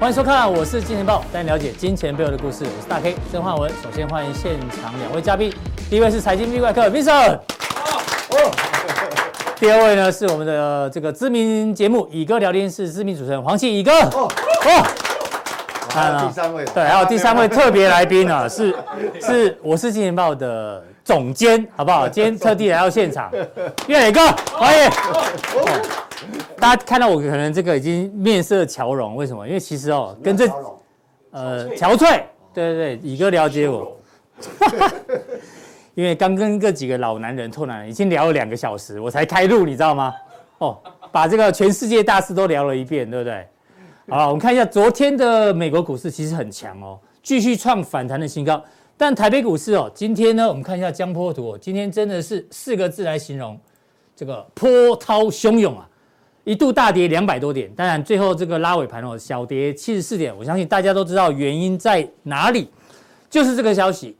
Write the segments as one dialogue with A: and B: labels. A: 欢迎收看，我是金钱豹，带你了解金钱背后的故事。我是大 K 曾焕文。首先欢迎现场两位嘉宾，第一位是财经壁怪客 Vincent，哦，第二位呢是我们的这个知名节目《以哥聊天室》知名主持人黄信以哥。哦，啊
B: 还有第三位，
A: 对，还有第三位特别来宾 啊，是是我是金钱豹的总监，好不好？今天特地来到现场，岳磊哥，欢迎。大家看到我可能这个已经面色憔容，为什么？因为其实哦，跟这呃憔悴，对对对，以哥了解我，因为刚跟这几个老男人、臭男人已经聊了两个小时，我才开录，你知道吗？哦，把这个全世界大事都聊了一遍，对不对？好了，我们看一下昨天的美国股市其实很强哦，继续创反弹的新高。但台北股市哦，今天呢，我们看一下江波图、哦，今天真的是四个字来形容，这个波涛汹涌啊。一度大跌两百多点，当然最后这个拉尾盘哦，小跌七十四点。我相信大家都知道原因在哪里，就是这个消息。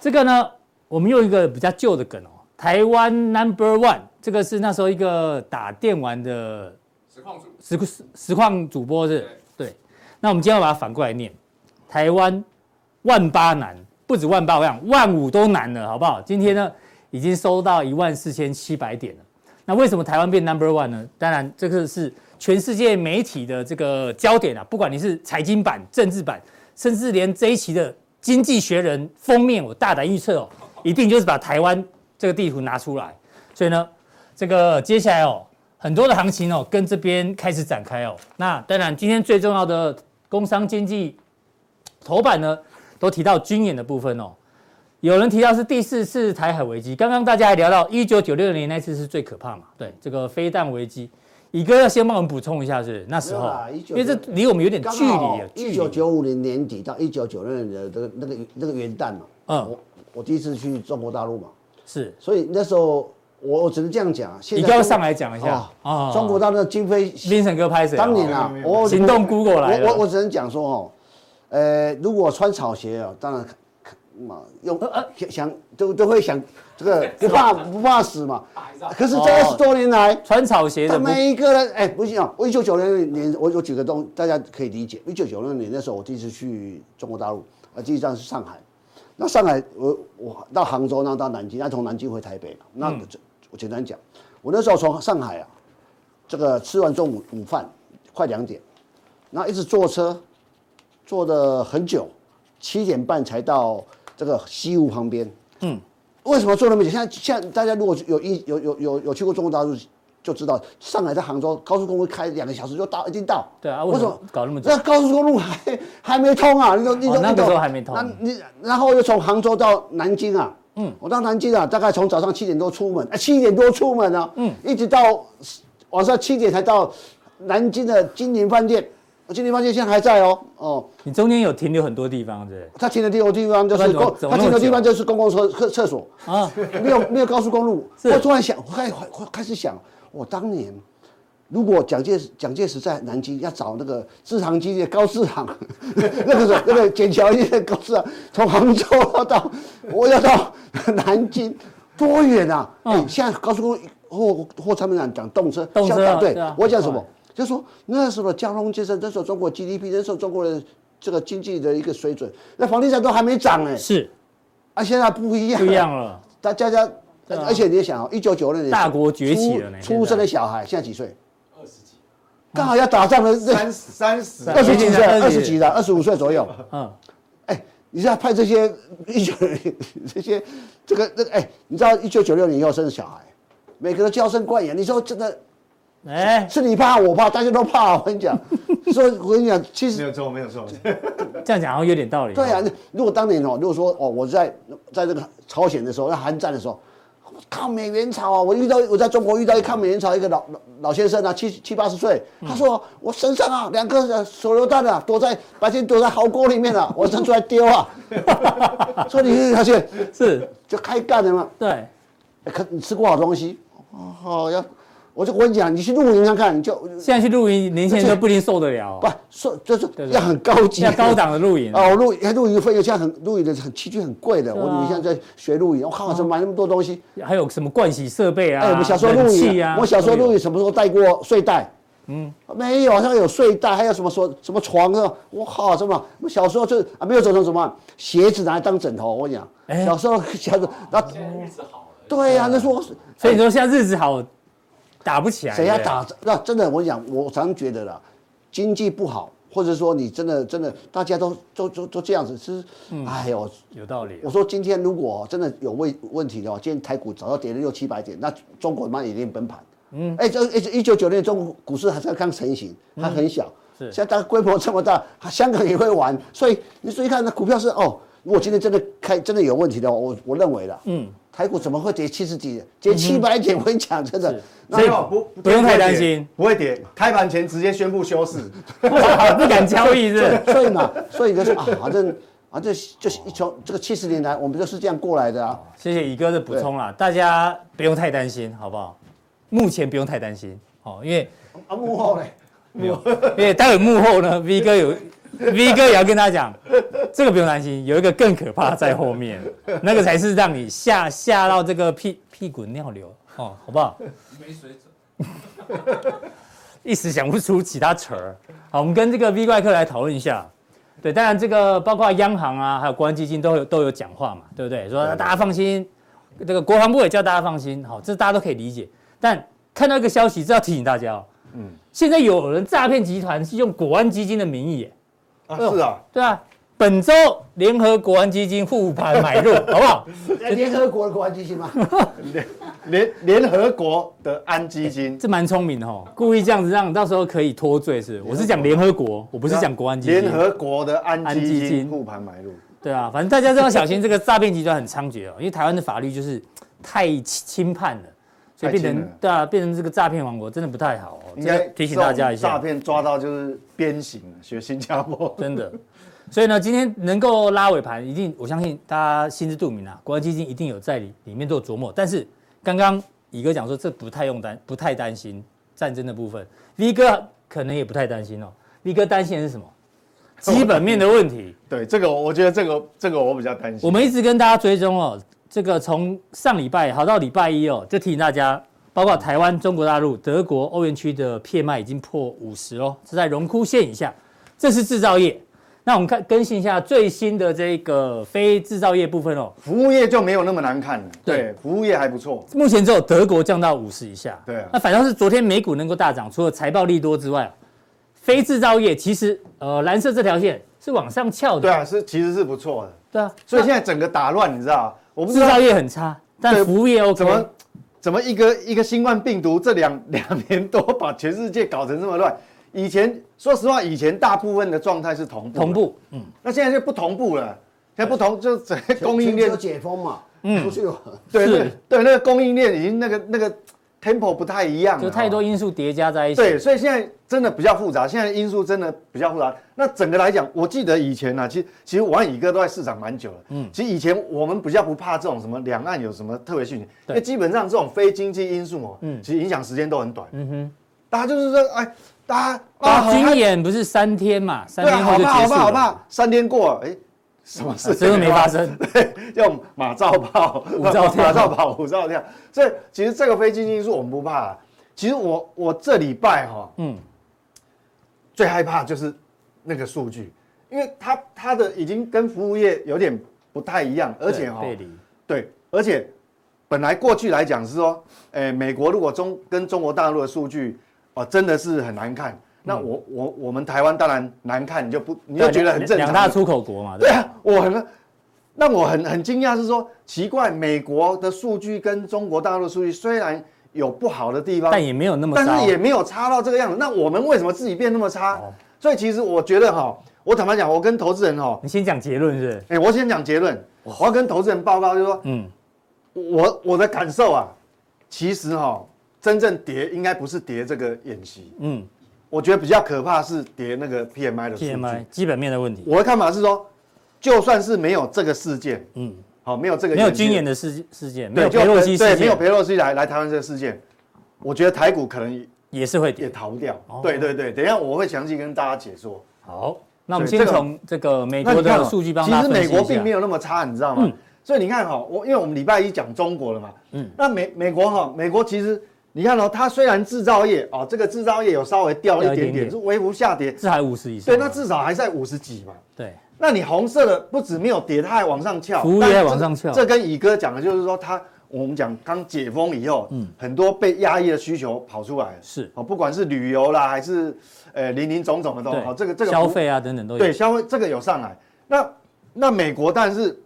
A: 这个呢，我们用一个比较旧的梗哦，台湾 Number One，这个是那时候一个打电玩的
C: 实况组
A: 实实实况主播是，对。那我们今天要把它反过来念，台湾万八难，不止万八，我想万五都难了，好不好？今天呢，已经收到一万四千七百点了。那为什么台湾变 number one 呢？当然，这个是全世界媒体的这个焦点啊，不管你是财经版、政治版，甚至连这一期的《经济学人》封面，我大胆预测哦，一定就是把台湾这个地图拿出来。所以呢，这个接下来哦，很多的行情哦，跟这边开始展开哦。那当然，今天最重要的工商经济头版呢，都提到军演的部分哦。有人提到是第四次台海危机，刚刚大家还聊到一九九六年那次是最可怕嘛？对，这个飞弹危机，乙哥要先帮我们补充一下是不是那时
B: 没
A: 候
B: 有啦，1996
A: 因为这离我们有点距离啊，
B: 一
A: 距
B: 九
A: 离。
B: 九五年年底到一九九六年的这个那个那个元旦嘛，
A: 嗯
B: 我我第一次去中国大陆嘛，
A: 是，
B: 所以那时候我我只能这样讲啊。现
A: 乙
B: 在
A: 哥要上来讲一下
B: 啊，中国大陆的经费，
A: Vincent 哥拍谁？
B: 当年啊，我
A: 啊行动 Google 来了
B: 我我我只能讲说哦，呃，如果穿草鞋啊，当然看嘛
A: 呃
B: 用想想都都会想 这个不怕不怕死嘛，可是这
A: 哦
B: 二十多年来。
A: 穿草鞋的
B: 但
A: 不
B: 每一个人，哎、不行啊！我一九九零年，我有几个东大家可以理解。一九九六年那时候，我第一次去中国大陆，啊，第一站是上海。那上海，我我到杭州，然后到南京，那从南京回台北嘛。那这我简单讲，我那时候从上海啊，这个吃完中午午饭，快两点，然后一直坐车，坐的很久，七点半才到这个西湖旁边。
A: 嗯，
B: 为什么坐那么久？现在现在大家如果有一有有有有去过中国大陆，就知道上海在杭州高速公路开两个小时就到，已经到。
A: 对啊为什么搞那么久
B: 那高速公路还还没通啊！你说你
A: 哦
B: 说、
A: 那个
B: 你说
A: 时候还没通
B: 那你然后又从杭州到南京啊。嗯，我到南京啊，大概从早上七点多出门，啊，七点多出门啊，嗯，一直到晚上七点才到南京的金陵饭店。金陵饭店现在还在哦，哦，
A: 你中间有停留很多地方，对不对？
B: 他停的地方地方就是
A: 不然
B: 公，
A: 怎么怎么
B: 他
A: 那么
B: 停的地
A: 久
B: 方就是公共厕厕厕所
A: 啊
B: 啊， 没有没有高速公路。
A: 是
B: 我突然想，我开我开始想，我当年如果蒋介石蒋介石在南京要找那个制糖机的高制糖， 那个时候那个简桥一的高制糖，从杭州要到我要到 南京多远啊？哎，现在高速公路或或他们讲讲动车，
A: 嗯动车
B: 像讲对
A: 对啊，
B: 我讲什么
A: 很？
B: 就是说那时候的交通建设，那时候中国 GDP，那时候中国的这个经济的一个水准，那房地产都还没涨呢，
A: 是
B: 啊，现在不一样，
A: 不一样，了，
B: 大家家，
A: 对啊
B: 而且你也想哦，一九九六年
A: 大国崛起了呢现在
B: 出出生的小孩现在几岁？
C: 二十几，
B: 刚好要打仗的这
D: 三三十，
B: 二十几岁，
A: 二
B: 二
A: 十
B: 十
A: 几
B: 几的，二十五岁 左右。
A: 嗯，
B: 哎，你知道派这些 一九这些这个这个哎，你知道一九九六年以后生的小孩，每个都娇生惯养，你说真的
A: 哎，
B: 是你怕我怕，大家都怕。我跟你 讲，所以我跟你讲，其
D: 没
B: 实
D: 有错，没有错。
A: 这样讲好像有点道理。哦
B: 对啊，，那如果当年哦，如果说哦，我在在这个朝鲜的时候，那韩战的时候。抗美援朝啊！我遇到我在中国遇到一抗美援朝一个老老老先生啊，七七八十岁，
A: 嗯
B: 他说我身上啊两颗呃手榴弹啊，躲在白天躲在壕沟里面啊， 我伸出来丢啊，所以你发现
A: 是，
B: 就开干了嘛。
A: 对，
B: 哎可你吃过好东西，哦，好要，我就我跟你讲，你去露营上看，你就
A: 现在去露营，年轻人都不一定受得 了
B: 不
A: 哦，
B: 说就是
A: 对对
B: 要很高级，
A: 要高档的露营。
B: 哦，露营露营的费用现在很露营的很器具很贵的，
A: 对啊
B: 我女儿现在在学露营，我靠，怎么买那么多东西？
A: 还有什么盥洗设备啊？
B: 哎，我们小时候露
A: 冷
B: 营
A: 气啊
B: 啊，，我小时候露
A: 营
B: 营什么时候带过睡袋？嗯，没有，好像有睡袋，还有什么说什么床上，我靠，什么？我小时候就啊没有枕头什么，鞋子拿来当枕头，我跟你讲，
A: 哎
B: 小 时候小时候那
C: 现在日子好了，
B: 对呀、那时候我
A: 所以你说现在日子好，打不起来。
B: 谁要
A: 对不对？
B: 打？那真的，我跟你讲，我常觉得啦，经济不好，或者说你真的真的大家都都都都这样子，是，
A: 嗯
B: 哎呦，
A: 有道理
B: 我。说 今天如果真的有问问题的话，今天台股早到跌了六七百点，那中国嘛也练崩盘。嗯，哎、这哎，一九九年中国股市还才刚成型，它很小，
A: 是
B: 现在它规模这么大，它香港也会玩，所以你注意看，那股票是哦，如果今天真的开真的有问题的话，我我认为啦，嗯，台股怎么会跌七十几，跌七百点？我跟你讲，真的，那
A: 所以
D: 没有不
A: 不用太担心，
D: 不会跌。开盘前直接宣布休 市，
A: 不敢交易是不是。
B: 所以嘛，所以就是啊，反正啊，这就是一从这个七十年来，我们就是这样过来的啊。
A: 谢谢乙哥的补充啦，大家不用太担心，好不好？目前不用太担心，哦，因为
B: 啊，幕后嘞，
A: 因为待会幕后 呢，V 哥有 V 哥也要跟大家讲，这个不用担心，有一个更可怕在后 面，那个才是让你吓吓到这个屁屁滚尿流哦，好不好？
C: 没水准。
A: 一时想不出其他词儿。好，我们跟这个 V 怪客来讨论一下。对，当然这个包括央行啊，还有国安基金都有都有讲话嘛，对不对？说大家放心，这个国防部也叫大家放心，好，这大家都可以理解。但看到一个消息，这要提醒大家哦，嗯，现在有人诈骗集团是用国安基金的名义耶，
D: 啊
A: 呦
D: 是啊，
A: 对啊，本周联合国安基金护盘买 入，好不好？
B: 联合国的国安基金嘛。
D: 联联合国的安基金，
A: 这蛮聪明的哦，故意这样子让到时候可以脱罪是不是我是讲联合国，我不
D: 不
A: 是讲国安基金。
D: 联合国的安
A: 安基
D: 基
A: 金
D: 金护盘买入，
A: 对啊，反正大家都要小心这个诈骗集团很猖獗哦，因为台湾的法律就是太轻轻判了，所以变
D: 太轻
A: 成
D: 了
A: 对啊，变成这个诈骗王国真的不太好哦。
D: 应
A: 这个
D: 该
A: 提醒大家一
D: 这种诈
A: 下，
D: 骗抓到就是鞭刑了，学新加坡。
A: 真的。所以呢，今天能够拉尾盘，一定我相信大家心知肚明啊，国安基金一定有在里里面做琢磨。但是刚刚乙哥讲说，这不太用担，不太担心战争的部分，V 哥可能也不太担心哦。V 哥担心的是什么？基本面的问题。
D: 对这个，我觉得这个这个我比较担心。
A: 我们一直跟大家追踪哦，这个从上礼拜好到礼拜一哦，就提醒大家，包括台湾、中国大陆、德国、欧元区的 PMI 已经破五十哦，是在荣枯线以下，这是制造业。那我们看更新一下最新的这个非制造业部分哦，
D: 服务业就没有那么难看了，
A: 对
D: 对，服务业还不错。
A: 目前只有德国降到五十以下。
D: 对啊
A: 那反倒是昨天美股能够大涨，除了财报利多之外，非制造业其实呃蓝色这条线是往上翘的。
D: 对啊，是其实是不错的，
A: 对啊，
D: 所以现在整个打乱，你知道？我不
A: 那制
D: 知道
A: 造业很差，但
D: 对
A: 服务业 OK。
D: 怎么怎么一个一个新冠病毒这两 两年多把全世界搞成这么乱？以前说实话，以前大部分的状态是同步，
A: 同，步？
D: 那现在就不同步了。现在不同， 就整个供应
B: 全
D: 链
B: 球，解封嘛，嗯，不是有
D: 对
A: 是
D: 对对，那个供应链已经那个那个 tempo 不太一样了，
A: 就太多因素叠加在一起。
D: 对，所以现在真的比较复杂，现在因素真的比较复杂。那整个来讲，我记得以前呢、啊，其实其实我和乙哥都在市场蛮久了。嗯，其实以前我们比较不怕这种什么两岸有什么特别讯息，因为基本上这种非经济因素哦，
A: 嗯
D: 其实影响时间都很短。嗯哼，大家就是说，哎，大家
A: 啊，
D: 好
A: 军
D: 看
A: 演不是三天嘛，三
D: 对啊，
A: 天后
D: 好
A: 就
D: 怕
A: 结
D: 好
A: 束
D: 怕好
A: 了，啊
D: 怕，三天过了，哎，什么事
A: 这
D: 情
A: 个没发生。
D: 要马照跑，
A: 舞照跳
D: 马照跑，舞照跳。所以其实这个非经济因素我们不怕啊。其实我我这礼拜哈、
A: 嗯
D: 嗯，最害怕就是那个数据，因为它它的已经跟服务业有点不太一样，而且哈、哦
A: 对背离
D: 对，而且本来过去来讲是说，诶，美国如果中跟中国大陆的数据哦、真的是很难看。那
A: 嗯
D: 我我我们台湾当然难看，你就不你就觉得很正常。
A: 两大出口国嘛，
D: 对
A: 吧，
D: 啊，我很让我很很惊讶是说，奇怪，美国的数据跟中国大陆的数据虽然有不好的地方，
A: 但也没有那么糟，
D: 啊
A: 哦
D: 但是也没有差到这个样子。那我们为什么自己变那么差？所以其实我觉得哈，我坦白讲，我跟投资人哈，
A: 你先讲结论是不是？
D: 哎、我先讲结论，我要跟投资人报告，就是说
A: 哦嗯，
D: 我我的感受啊，其实哈，真正跌应该不是跌这个演习，
A: 嗯
D: 嗯，我觉得比较可怕是跌那个 PMI 的数据。
A: PMI 基本面的问题，
D: 我的看法是说，就算是没有这个事件，
A: 嗯
D: 嗯，好、没有这个
A: 没有
D: 眼睛
A: 军演的事事件，没
D: 对，
A: 有
D: 就
A: 佩洛西事
D: 对，
A: 件，
D: 没有佩洛西来来台湾这个事件，我觉得台股可能
A: 也是会
D: 也
A: 跌。
D: 逃不掉。
A: 哦
D: 对对对，等一下我会详细跟大家解说。
A: 好，那我们
D: 所以
A: 先
D: 这个
A: 从这个美
D: 那
A: 国
D: 你看
A: 的
D: 哦
A: 数据帮
D: 其
A: 大
D: 实
A: 家分
D: 美
A: 析一
D: 国并
A: 下嗯
D: 没。有那么差，你知道吗？所以你看哈、哦我因为我们礼拜一讲中国了嘛，嗯，那美美国哈、美国其实你看哦，它虽然制造业哦，这个制造业有稍微掉
A: 掉
D: 一
A: 一
D: 点
A: 点
D: 点，
A: 点
D: 是微幅下跌，
A: 这还五十以上
D: 对，
A: 啊，
D: 那至少还在五十几嘛。
A: 对
D: 那你红色的不止没有跌，它还往上翘，
A: 服务业
D: 但这
A: 往上翘
D: 这跟乙哥讲的就是说，他我们讲刚解封以后，嗯，很多被压抑的需求跑出来了，
A: 是
D: 哦，不管是旅游啦，还是呃林林总总的都
A: 对
D: 好，这个这个
A: 消
D: 不
A: 费啊等等都有。
D: 对消费这个有上来。那那美国，但是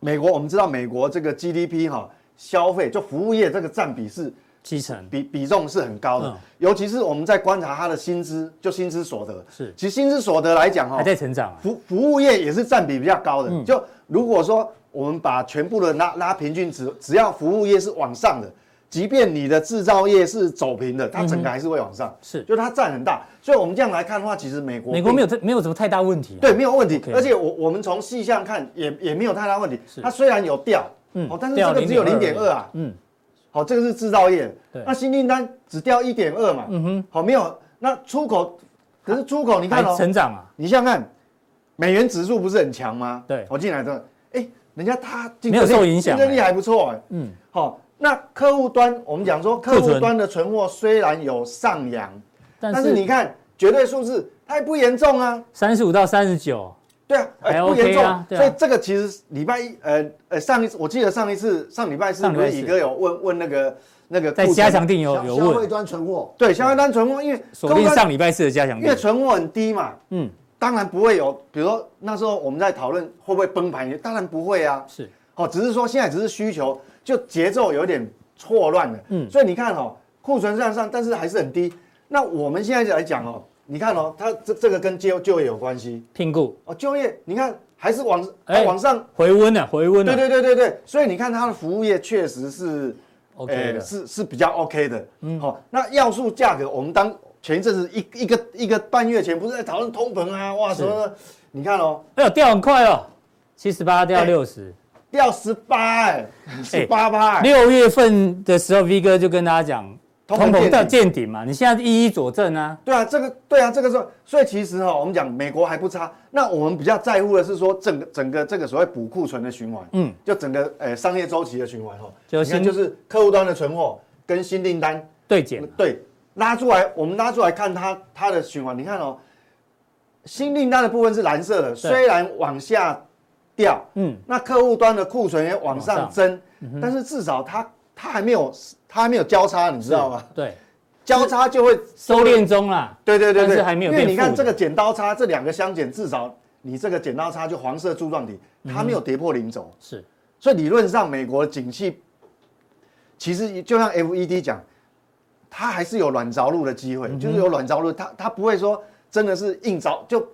D: 美国我们知道美国这个 GDP 哈、消费就服务业这个占比是
A: 七成
D: 比比重是很高的，
A: 嗯
D: 尤其是我们在观察它的薪资，就薪资所得
A: 是
D: 其实薪资所得来讲哈、
A: 还在成长啊，
D: 服服务业也是占比比较高的。
A: 嗯
D: 就如果说我们把全部的拉拉平均值，只要服务业是往上的，即便你的制造业是走
A: 嗯
D: 平的，它整个还是会往上，
A: 是
D: 就它占很大。所以我们这样来看的话，其实美国
A: 美国
D: 并
A: 没有太没有什么太大问题啊。
D: 对，没有问题
A: OK。
D: 而且我我们从细项看也也没有太大问题。它虽然有掉，
A: 嗯
D: 哦，但是
A: 掉
D: 这个只有零点
A: 0.2
D: 二啊，
A: 嗯，
D: 好，这个是制造业
A: 对，
D: 那新订单只掉一点二嘛，嗯哼，好，没有。那出口，可是出口你
A: 还
D: 看哦，
A: 成长啊，
D: 你想想看，美元指数不是很强吗？
A: 对
D: 我进来的，哎，人家它
A: 没有受影响
D: 竞争力还不错哎，
A: 嗯
D: 嗯，好，那客户端我们讲说，客
A: 库存
D: 户端的存货虽然有上扬，
A: 但
D: 但是你
A: 是
D: 看绝对数字它也不严重啊，
A: 三十五到三十九，
D: 对啊，
A: 还
D: 哎，不
A: OK
D: 严重
A: 啊对啊
D: 所以这个其实礼拜一，呃呃，上一次我记得上一次上礼拜四，
A: 上礼
D: 不
A: 拜
D: 是
A: 四
D: 乙哥有问问那个那个
A: 在
D: 库存
A: 加强定有有
B: 消费
A: 问，
B: 端存货，
D: 对相关单存货，因为
A: 锁定
D: 客户端
A: 上礼拜四的加强
D: 因
A: 定
D: 为。存货很低嘛，
A: 嗯，
D: 当然不会有，比如说那时候我们在讨论会不会崩盘，当然不会啊，
A: 是
D: 哦，只是说现在只是需求就节奏有点错乱了，
A: 嗯
D: 嗯，所以你看哦，库存上上，但是还是很低。那我们现在来讲哦，你看哦，它这这个跟就就业有关系
A: 聘雇
D: 哦，就业你看还是往
A: 哎
D: 往上
A: 回温了，回温了，
D: 对对对对对，所以你看它的服务业确实是
A: ，OK
D: 呃
A: 的，
D: 是是比较 OK 的。嗯，好、那要素价格，我们当前一阵子一一个一个半月前不是在讨论通膨啊，哇
A: 是
D: 什么的？你看哦，
A: 哎呦掉很快哦，七十八掉
D: 哎
A: 六十，
D: 掉十 八哎，十八八，
A: 六月份的时候，V 哥就跟大家讲，
D: 哎通
A: 通
D: 膨
A: 膨
D: 见
A: 到
D: 顶
A: 见顶嘛，你现在一一佐证啊，
D: 对啊，这个对啊，这个时候，所以其实哦哈、我们讲美国还不差，那我们比较在乎的是说整个整个这个所谓补库存的循环，
A: 嗯
D: 嗯，就整个呃商业周期的循环哈、哦，
A: 就
D: 就
A: 新
D: 看就是客户端的存货跟新订单，
A: 对减嘛，
D: 对，拉出来，我们拉出来看它它的循环，你看哦，新订单的部分是蓝色的，虽然往下掉，
A: 嗯，
D: 那客户端的库存也往上增，但是至少它它还没有它还没有交叉，你知道吗？
A: 对，
D: 交叉就会
A: 嗯收敛中啦，
D: 对对对对，
A: 但是还没有
D: 因为
A: 变
D: 你看
A: 负的
D: 这个剪刀差，这两个相减，至少你这个剪刀差就黄色柱状体，它没有跌破零轴，
A: 是
D: 所以理论上美国的景气其实就像 FED 讲，它还是有软着陆的机
A: 嗯
D: 会，就是有软着陆，它它不会说真的是硬着就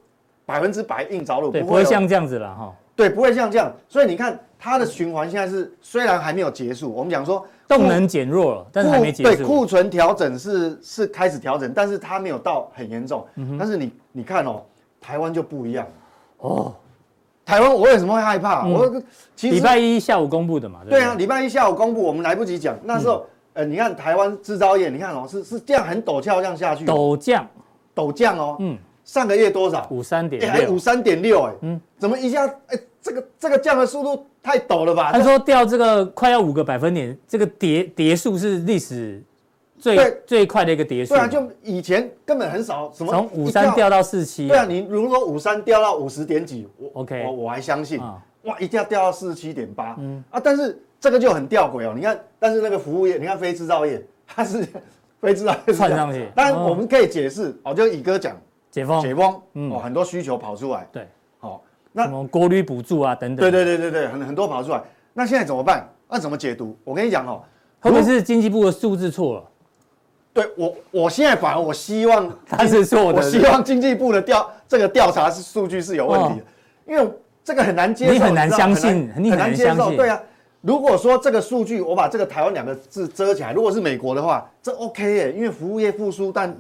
D: 百分之百硬着陆，
A: 对，不
D: 有
A: 会像这样子了哈，
D: 对不会像这样，所以你看它的循环现在是虽然还没有结束，我们讲说
A: 动能减弱了，但是还没结
D: 库对，
A: 束，
D: 库存调整是是开始调整，但是它没有到很严重。
A: 嗯
D: 但是你你看哦，台湾就不一样
A: 哦嗯
D: 哦。台湾我为什么会害怕？我其实
A: 礼拜一下午公布的嘛，
D: 对啊，
A: 不对，嗯
D: 礼拜一下午公布，我们来不及讲。那时候，呃，你看台湾制造业，你看哦，是是这样很陡峭这样下去，
A: 陡降，
D: 陡降哦。
A: 嗯
D: 嗯，上个月多少？
A: 五三点
D: 哎，
A: 六
D: 五，三点六，哎，
A: 嗯
D: 嗯，怎么一下？哎，这个这个降的速度太陡了吧？
A: 啊他说掉这个快要五个百分点，这个跌跌数是历史最
D: 对
A: 最快的一个跌数
D: 对
A: 嘛，
D: 啊，就以前根本很少什么
A: 从
D: 一
A: 五三掉到四七，
D: 对啊，你如果五三掉到五十点几，我
A: OK
D: 我我还相信，
A: 啊嗯
D: 哇，一定要掉到四十七点八，啊，但是这个就很吊诡哦。你看，但是那个服务业，你看非制造业，它是非制造业是这样
A: 窜上去
D: 当然
A: 哦
D: 我们可以解释哦，就乙哥讲
A: 解封，
D: 解封，
A: 嗯
D: 哦，很多需求跑出来，
A: 对，嗯
D: 哦，
A: 什
D: 那
A: 么国旅补助啊等等，
D: 对对对对对，很很多跑出来，那现在怎么办？那怎么解读？我跟你讲哦，
A: 会不会是经济部的数字错了？
D: 对我我现在反而我希望
A: 他是错的，
D: 我希望经济部的调这个调查是数据是有问题的，因为这个很难接受，
A: 哦你很难
D: 知道
A: 相信
D: 很
A: 你很
D: 难很
A: 难
D: 难接
A: 相
D: 受。
A: 信
D: 对啊，如果说这个数据我把这个台湾两个字遮起来，如果是美国的话，这 OK 耶、因为服务业复苏，但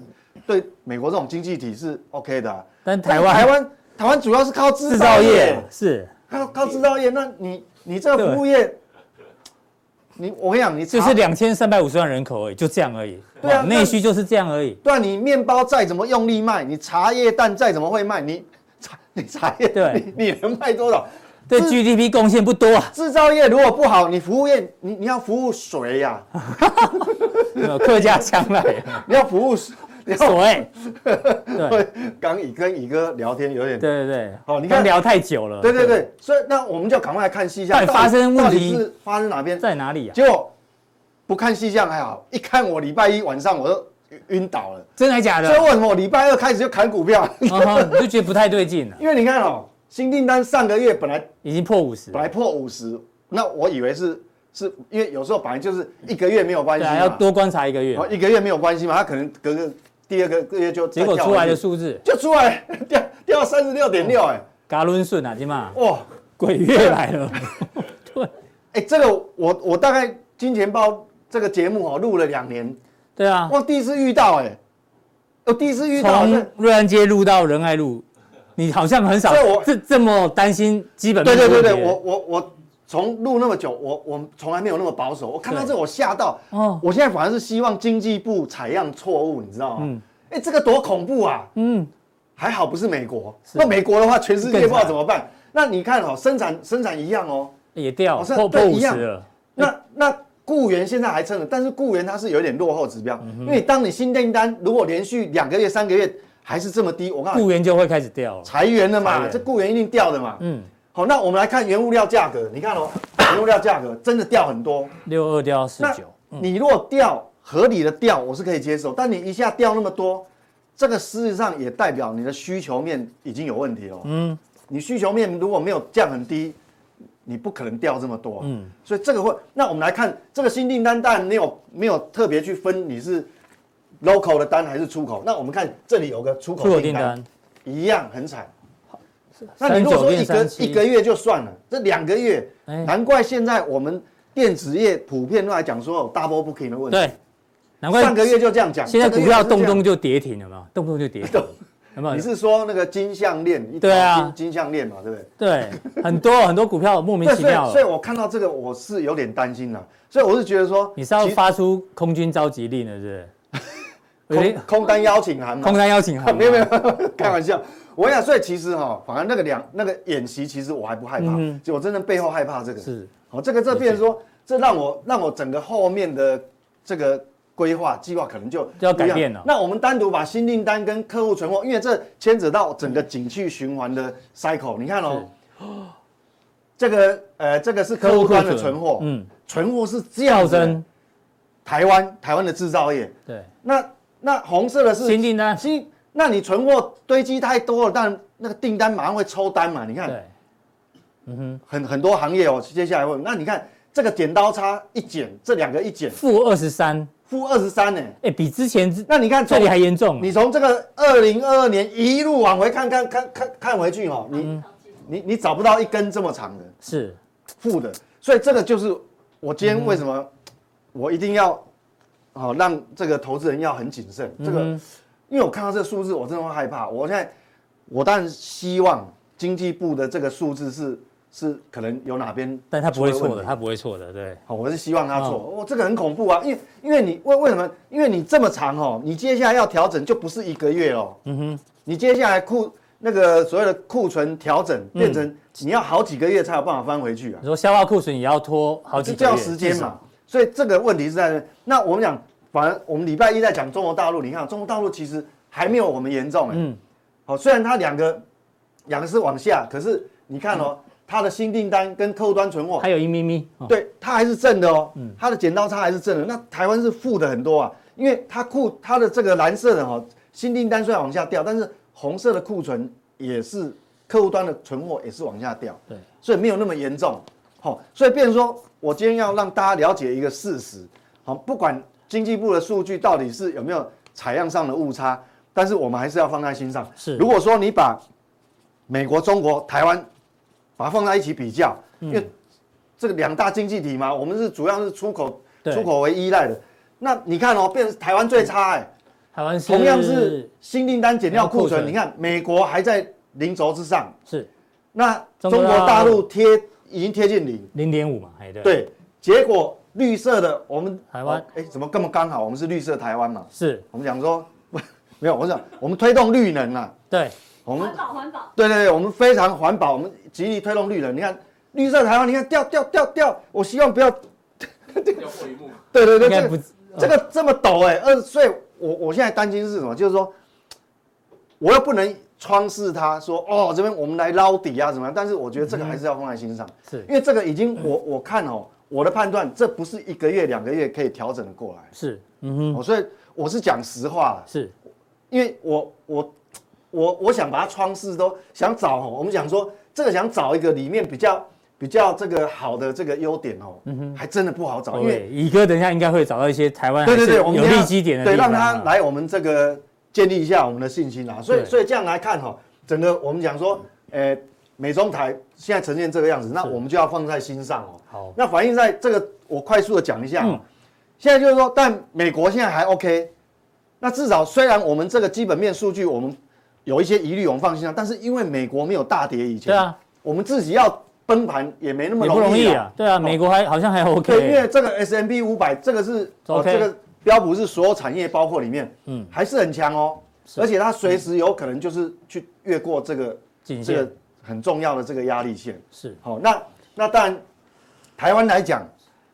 D: 对美国这种经济体是 OK 的啊、
A: 但台湾
D: 台湾台湾主要是靠制
A: 制
D: 造
A: 造
D: 业
A: 业，是
D: 靠靠制造业，那你你这个服务业，你我跟你讲，你查
A: 就是两千三百五十万人口而已，就这样而已。
D: 对啊
A: 哇
D: 那
A: 内需就是这样而已。
D: 对啊，你面包再怎么用力卖，你茶叶蛋再怎么会卖，你 茶你茶叶
A: 对
D: 你你能卖多少？
A: 对
D: 是
A: GDP 贡献不多啊。
D: 制造业如果不好，你服务业你你要服务 谁呀、
A: 没有客家腔 来，
D: 你要服务谁你要
A: 所谓，对
D: 刚乙跟乙哥聊天有点
A: 对对对，
D: 好你看
A: 刚聊太久了，
D: 对对对，所以那我们就赶快来看细项，
A: 到底发生问题
D: 到底是发生哪边？
A: 在哪里啊？
D: 结果不看细项还好，一看我礼拜一晚上我都晕倒了。
A: 真的假的
D: 所以？为什么我礼拜二开始就砍股票？
A: 嗯哼你就觉得不太对劲了，
D: 因为你看哦，新订单上个月本来
A: 已经破五十，
D: 本来破五十，那我以为是是因为有时候本来就是一个月没有关
A: 对
D: 系
A: 啊，
D: 嘛，
A: 要多观察一个月
D: 然，后一个月没有关系嘛，他可能隔个第二个月就再
A: 结果
D: 跳
A: 出来
D: 回
A: 的
D: 去
A: 数字，
D: 就出来 掉掉到三十六点六，哎，
A: 嘎抡顺啊，金嘛，
D: 哇，
A: 鬼月来 了，对
D: 哎，这个我我大概金钱豹这个节目哦录了两年，
A: 对啊，
D: 我第一次遇到哎，我第一次遇到这
A: 从瑞安街路到仁爱路，你好像很少
D: 所以我
A: 这这么担心基本面
D: 对对对
A: 问题
D: 对，我我我从录那么久，我我从来没有那么保守。我看到
A: 对
D: 这我吓到，
A: 哦
D: 我现在反而是希望经济部采样错误，你知道吗？嗯，哎，这个多恐怖啊！
A: 嗯，
D: 还好不是美国，那美国的话，全世界不知道怎么办。那你看哦，生产生产一样哦，
A: 也掉
D: 好像
A: 破
D: 对
A: 破五
D: 一
A: 十
D: 样
A: 了，
D: 那那雇员现在还撑着，但是雇员他是有点落后指标，
A: 嗯
D: 因为当你新订单如果连续两个月、三个月还是这么低，我告诉你，
A: 雇员就会开始掉了，
D: 裁员了
A: 裁
D: 嘛，
A: 员
D: 这雇员一定掉的嘛。
A: 嗯，
D: 好，那我们来看原物料价格，你看哦，原物料价格真的掉很多。
A: 六二掉到四
D: 那
A: 九，嗯
D: 你如果掉合理的掉，我是可以接受，但你一下掉那么多，这个事实上也代表你的需求面已经有问题了。嗯，你需求面如果没有降很低，你不可能掉这么多。嗯，所以这个会，那我们来看这个新订单，当然没有没有特别去分你是 local 的单还是出口。那我们看这里有个
A: 出
D: 出口
A: 口
D: 订
A: 订
D: 单，
A: 单
D: 一样很惨。那你如果说一个
A: 39
D: 一个月就算了，这两个月，
A: 哎
D: 难怪现在我们电子业普遍都来讲说有 double booking 的问题。
A: 对，难怪
D: 上个月就这样讲，
A: 现在股票
D: 这个
A: 动不
D: 月是这样
A: 动就跌停，有没有？动不动就跌 停，有没
D: 你
A: 有？
D: 是说那个金项链？一
A: 对啊
D: 金金项链嘛，对不对？
A: 对，很多很多股票莫名
D: 对，
A: 其
D: 所以
A: 妙
D: 所以
A: 了。
D: 我看到这个我是有点担心了，所以我是觉得说
A: 你是要
D: 其
A: 发出空军召集令了，是 不是？有
D: 空
A: 点
D: 空单邀请函嘛
A: 空？单邀请函吗，
D: 没有没有，
A: 嗯
D: 开玩笑。我想，所以其实哈，反而那个两那个演习，其实我还不害怕
A: 嗯，
D: 就我真的背后害怕这个。
A: 是
D: 好，这个这变成说，这让我让我整个后面的这个规划计划可能就
A: 就要
D: 不一样
A: 改变了
D: 那我们单独把新订单跟客户存货，因为这牵扯到整个景气循环的 cycle。你看哦，这个呃，这个是客户端的存货，嗯，
A: 嗯，
D: 存货是这样
A: 跳
D: 子的
A: 增，，
D: 台湾台湾的制造业，
A: 对，
D: 那那红色的是
A: 新订单，
D: 新，那你存货堆积太多了，但那个订单马上会抽单嘛？你看，
A: 对，嗯哼，
D: 很很多行业哦，接下来问，那你看这个剪刀差一剪，这两个一剪，
A: 负二十三，
D: 负二十三呢。
A: 哎，比之前
D: 那你看
A: 这
D: 从
A: 里还严重，啊
D: 你从这个二零二二年一路往回看看看看看回去哦，你、你你找不到一根这么长的
A: 是
D: 负的，所以这个就是我今
A: 嗯
D: 天为什么、我一定要好、哦、让这个投资人要很谨慎，这个、
A: 嗯
D: 因为我看到这个数字我真的会害怕，我现在我当然希望经济部的这个数字是是可能有哪边
A: 但他不会
D: 出了
A: 错
D: 问
A: 的，嗯
D: 题
A: 他不会错的，对，
D: 好，我是希望他做。哦，这个很恐怖啊，因为因为你为为什么？因为你这么长哦，你接下来要调整就不是一个月哦。嗯哼，你接下来库那个所谓的库存调整，
A: 嗯
D: 变成你要好几个月才有办法翻回去啊
A: 你，说消化库存也要拖好几
D: 这
A: 个
D: 叫
A: 月
D: 时间
A: 至少
D: 嘛。所以这个问题是在那。那我们讲，反正我们礼拜一在讲中国大陆，你看中国大陆其实还没有我们严重哎、
A: 嗯
D: 好、虽然它两个两个是往下，可是你看哦，
A: 嗯
D: 它的新订单跟客户端存货
A: 还有一咪咪，哦嗯
D: 对，它还是正的哦，它的剪刀差还是正的。那台湾是负的很多啊，因为它库它的这个蓝色的哦，新订单虽然往下掉，但是红色的库存也是客户端的存货也是往下掉，
A: 对，
D: 所以没有那么严重。好、所以变成说我今天要让大家了解一个事实，好、不管经济部的数据到底是有没有采样上的误差，但是我们还是要放在心上。
A: 是
D: 如果说你把美国、中国、台湾把它放在一起比较，
A: 嗯
D: 因为这个两大经济体嘛，我们是主要是出口
A: 对
D: 出口为依赖的。那你看哦，变成台湾最差哎、
A: 台湾是
D: 同样是新订单减掉
A: 库
D: 库存，
A: 存
D: 你看美国还在零轴之上，
A: 是
D: 那中
A: 中
D: 国
A: 国
D: 大
A: 大陆
D: 陆贴已经贴近零，
A: 零点五嘛，哎对，
D: 对，结果绿色的我们
A: 台湾
D: 哦哎、怎么这么刚好？我们是绿色台湾嘛，
A: 是，
D: 我们讲说 没有，我想我们推动绿能啊，
A: 对，
B: 哦
D: 我们
E: 环保环保，
D: 对对对，我们非常环保，我们极力推动绿能。你看绿色台湾，你看掉掉掉掉，我希望不要，
C: 要过 一幕，
D: 对对对，
A: 应
D: 这
A: 该
D: 个
A: 不，
D: 这个这么陡哎、二所以我我现在担心是什么？就是说，我又不能窗视它，说哦这边我们来捞底啊怎么样？但是我觉得这个还是要放在心上，
A: 是
D: 因为这个已经我我看哦，我的判断这不是一个月两个月可以调整的过来，
A: 是，嗯哼，
D: 哦，所以我是讲实话了，
A: 是，
D: 因为我我我我想把它窗视都想找哦，我们想说这个想找一个里面比较。比较这个好的这个优点哦，还真的不好哦找，因为
A: 哦对，乙哥等一下应该会找到一些台湾
D: 对对
A: 还是
D: 对，我们
A: 有
D: 要
A: 利基点的
D: 对，
A: 地方
D: 让
A: 啊，
D: 他来我们这个建立一下我们的信心啊。所以
A: 对
D: 所以这样来看哈、整个我们讲说，呃，美中台现在呈现这个样子，那
A: 是
D: 我们就要放在心上哦。
A: 好，
D: 那反映在这个，我快速的讲一下、哦
A: 嗯
D: 现在就是说，但美国现在还 OK，那至少虽然我们这个基本面数据我们有一些疑虑，我们放心上，啊但是因为美国没有大跌以前，
A: 对啊，
D: 我们自己要崩盘也没那么
A: 也不容易
D: 易哦
A: 啊，对啊，美国还好像还 OK，
D: 对，因为这个 S M P 五百，这个是哦，
A: OK
D: 这个标普是所有产业包括里面，
A: 嗯
D: 嗯，还是很强哦，而且它随时有可能就是去越过这个
A: 颈
D: 这
A: 线
D: 个很重要的这个压力线。
A: 是
D: 好、那那当然，台湾来讲，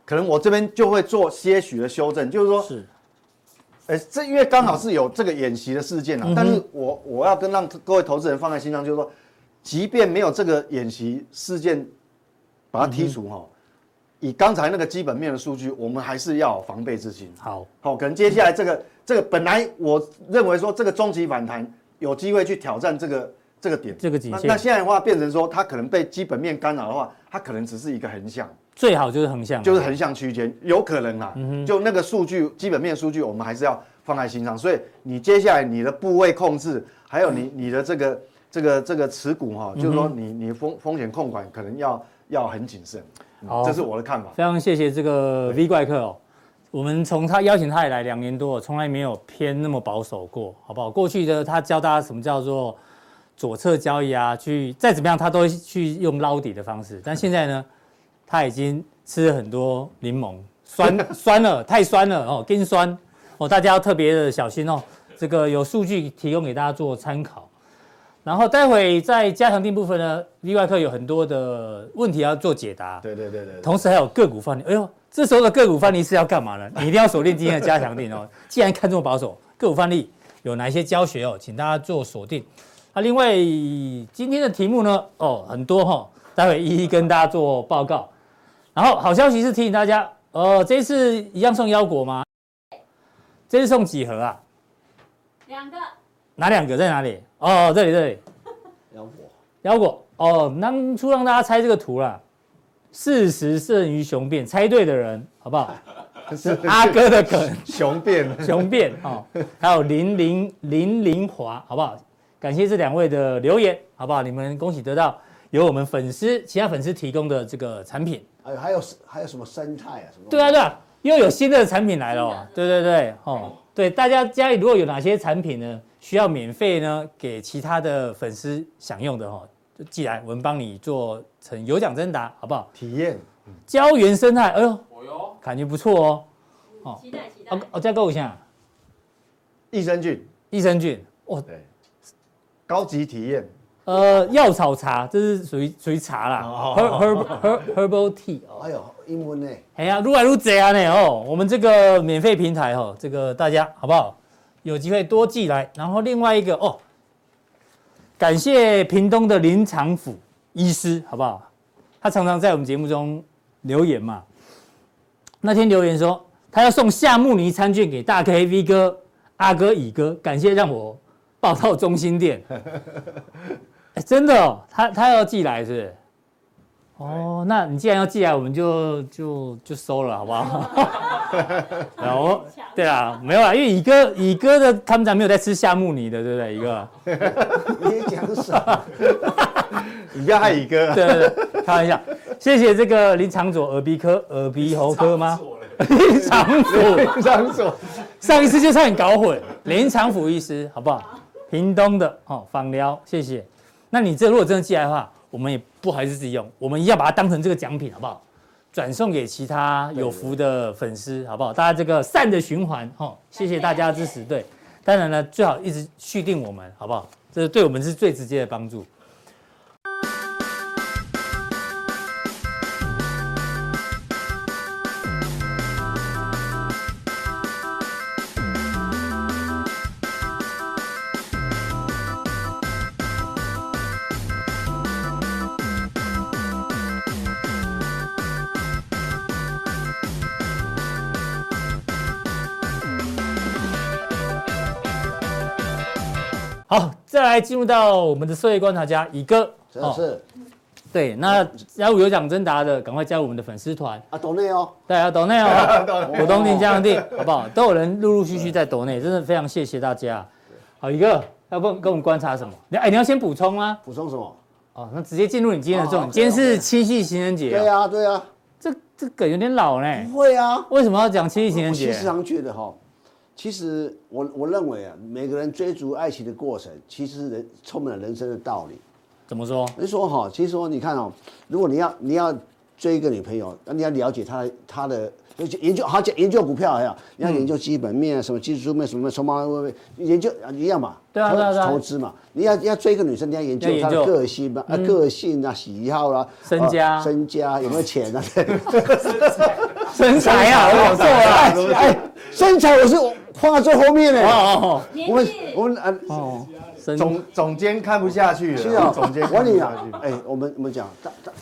D: 可能我这边就会做些许的修正，就是说，
A: 是
D: 呃，这因为刚
A: 嗯
D: 好是有这个演习的事件啊，但是我我要跟让各位投资人放在心上，就是说，即便没有这个演习事件把它剔除
A: 嗯
D: 哈、以刚才那个基本面的数据，我们还是要有防备之心。啊
A: 好，
D: 好、可能接下来这个这个本来我认为说这个终极反弹有机会去挑战这个这个点，
A: 这个颈线
D: 那那现在的话变成说，它可能被基本面干扰的话，它可能只是一个横向，
A: 最好就是横向嘛，
D: 就是横向区间，有可能啦。就那个数据基本面数据，我们还是要放在心上。所以你接下来你的部位控制，还有你你的这个这个这个持股哈、就是说你你风风险控管可能要要很谨慎。嗯
A: 好
D: 这是我的看法。
A: 非常谢谢这个 V 怪客哦，我们从他邀请他以来两年多，从来没有偏那么保守过，好不好？过去的他教大家什么叫做左侧交易啊，去再怎么样他都会去用捞底的方式，但现在呢，他已经吃了很多柠檬，酸酸了，太酸了哦，跟酸哦，大家要特别的小心哦。这个有数据提供给大家做参考。然后待会在加强定部分呢，V 怪客有很多的问题要做解答。
D: 对对对对对，
A: 同时还有个股翻离。哎呦，这时候的个股翻离是要干嘛呢？你一定要锁定今天的加强定哦。 既然看这么保守，个股翻离有哪一些教学哦，请大家做锁定。那、另外今天的题目呢，哦很多哈、哦，待会一一跟大家做报告。然后好消息是提醒大家，呃，这一次一样送腰果吗？这次送几盒啊？
E: 两个
A: 哪两个在哪里？哦，这里这里
B: 要我
A: 腰果哦，当初让大家猜这个图啦。事实胜于雄辩，猜对的人好不 好？
D: 是
A: 阿哥的梗，
D: 雄辩。
A: 雄辩哦，还有林林林林华，好不好？感谢这两位的留言，好不好？你们恭喜得到由我们粉丝其他粉丝提供的这个产品。
B: 还有还有还有什么生态啊什么？
A: 对啊，对啊，又有新的产品来了、哦。对对对，哦，对，大家家里如果有哪些产品呢，需要免费呢给其他的粉丝享用的哦，就寄来，我们帮你做成有奖征答，好不好？
D: 体验
A: 胶原生态，哎呦，
C: 我哟，
A: 感觉不错哦。哦
E: 期待期待
B: 啊
A: 哦，，哦再购一下
D: 益生菌，
A: 益生菌，哇，
D: 对，高级体验，
A: 呃，药草茶，这是属于属于茶啦
D: 哦
A: ，herb herb herb herbal tea 哦。
B: 还有英文呢，
A: 哎呀，撸来撸贼啊呢哦，我们这个免费平台哦，这个大家好不好？有机会多寄来。然后另外一个哦，感谢屏东的林长甫医师，好不好？他常常在我们节目中留言嘛。那天留言说，他要送夏慕尼餐券给大 K V 哥、阿哥、乙哥，感谢让我报到中心店。哎真的哦，他他要寄来是不是？哦，那你既然要寄来，我们就就就收了，好不好？然后对啦，没有啦，因为乙哥乙哥的他们家没有在吃夏目尼的，对不对？乙哥，
B: 你也讲什么？
D: 你不要害乙哥。
A: 对对对，开玩笑，谢谢这个林长佐耳鼻科耳鼻喉科
C: 差？
A: 吗
C: 错了
A: 林长佐，
D: 张所，
A: 上一次就差点搞混，林长甫医师，好不好？屏东的哦，访疗，谢谢。那你这如果真的寄来的话，我们也不好意思自己用，我们一样把它当成这个奖品，好不好？转送给其他有福的粉丝，好不好？大家这个善的循环，哈、谢谢大家的支持。对，当然了，最好一直续订我们，好不好？这是对我们是最直接的帮助。好，再来进入到我们的社会观察家乙哥，哦
B: 真的是
A: 对，那要有奖征答的，赶快加入我们的粉丝团，
B: 啊，懂内哦，
A: 大家抖内 哦，股东定加强 定，好不好？都有人陆陆续续在抖内，真的非常谢谢大家。好，一个要不跟我们观察什么？你哎，你要先补充吗？
B: 补充什么？
A: 哦，那直接进入你今天的重
B: 哦
A: 点，今天是七夕情人节
B: 对
A: 哦，
B: 呀、对呀、
A: 这这梗有点老呢，
B: 不会啊。
A: 为什么要讲七夕情
B: 我
A: 人
B: 其
A: 节
B: 实？常觉得哈，其实我我认为啊，每个人追逐爱情的过程，其实是人充满了人生的道理。
A: 怎么说？
B: 你说哈，其实说你看哦，如果你要你要追一个女朋友，那你要了解她的她的就研究，好讲研究股票一样，你要研究基本面啊，什么技术面，什么筹码面，研究啊一样嘛，
A: 对啊
B: 投
A: 对啊对啊
B: 投资嘛，你要要追一个女生，你要研究
A: 要研
B: 她
A: 究嗯
B: 的个性嘛，啊个性啊，喜好啦，
A: 身
B: 啊
A: 家
B: 身家有没有钱啊？
A: 身材啊，我有做
B: 哎
A: 啊。
B: 哎，身材我是放在最后面的。
A: 哦
E: 年
B: 我们
E: 纪
B: 我们啊，
A: 哦哦，身
D: 总总监看不下去
B: 是
D: 了，
B: 啊，
D: 总监
B: 我
D: 看
B: 跟
D: 不
B: 你
D: 下
B: 讲
D: 去，。
B: 哎，我们我们讲大大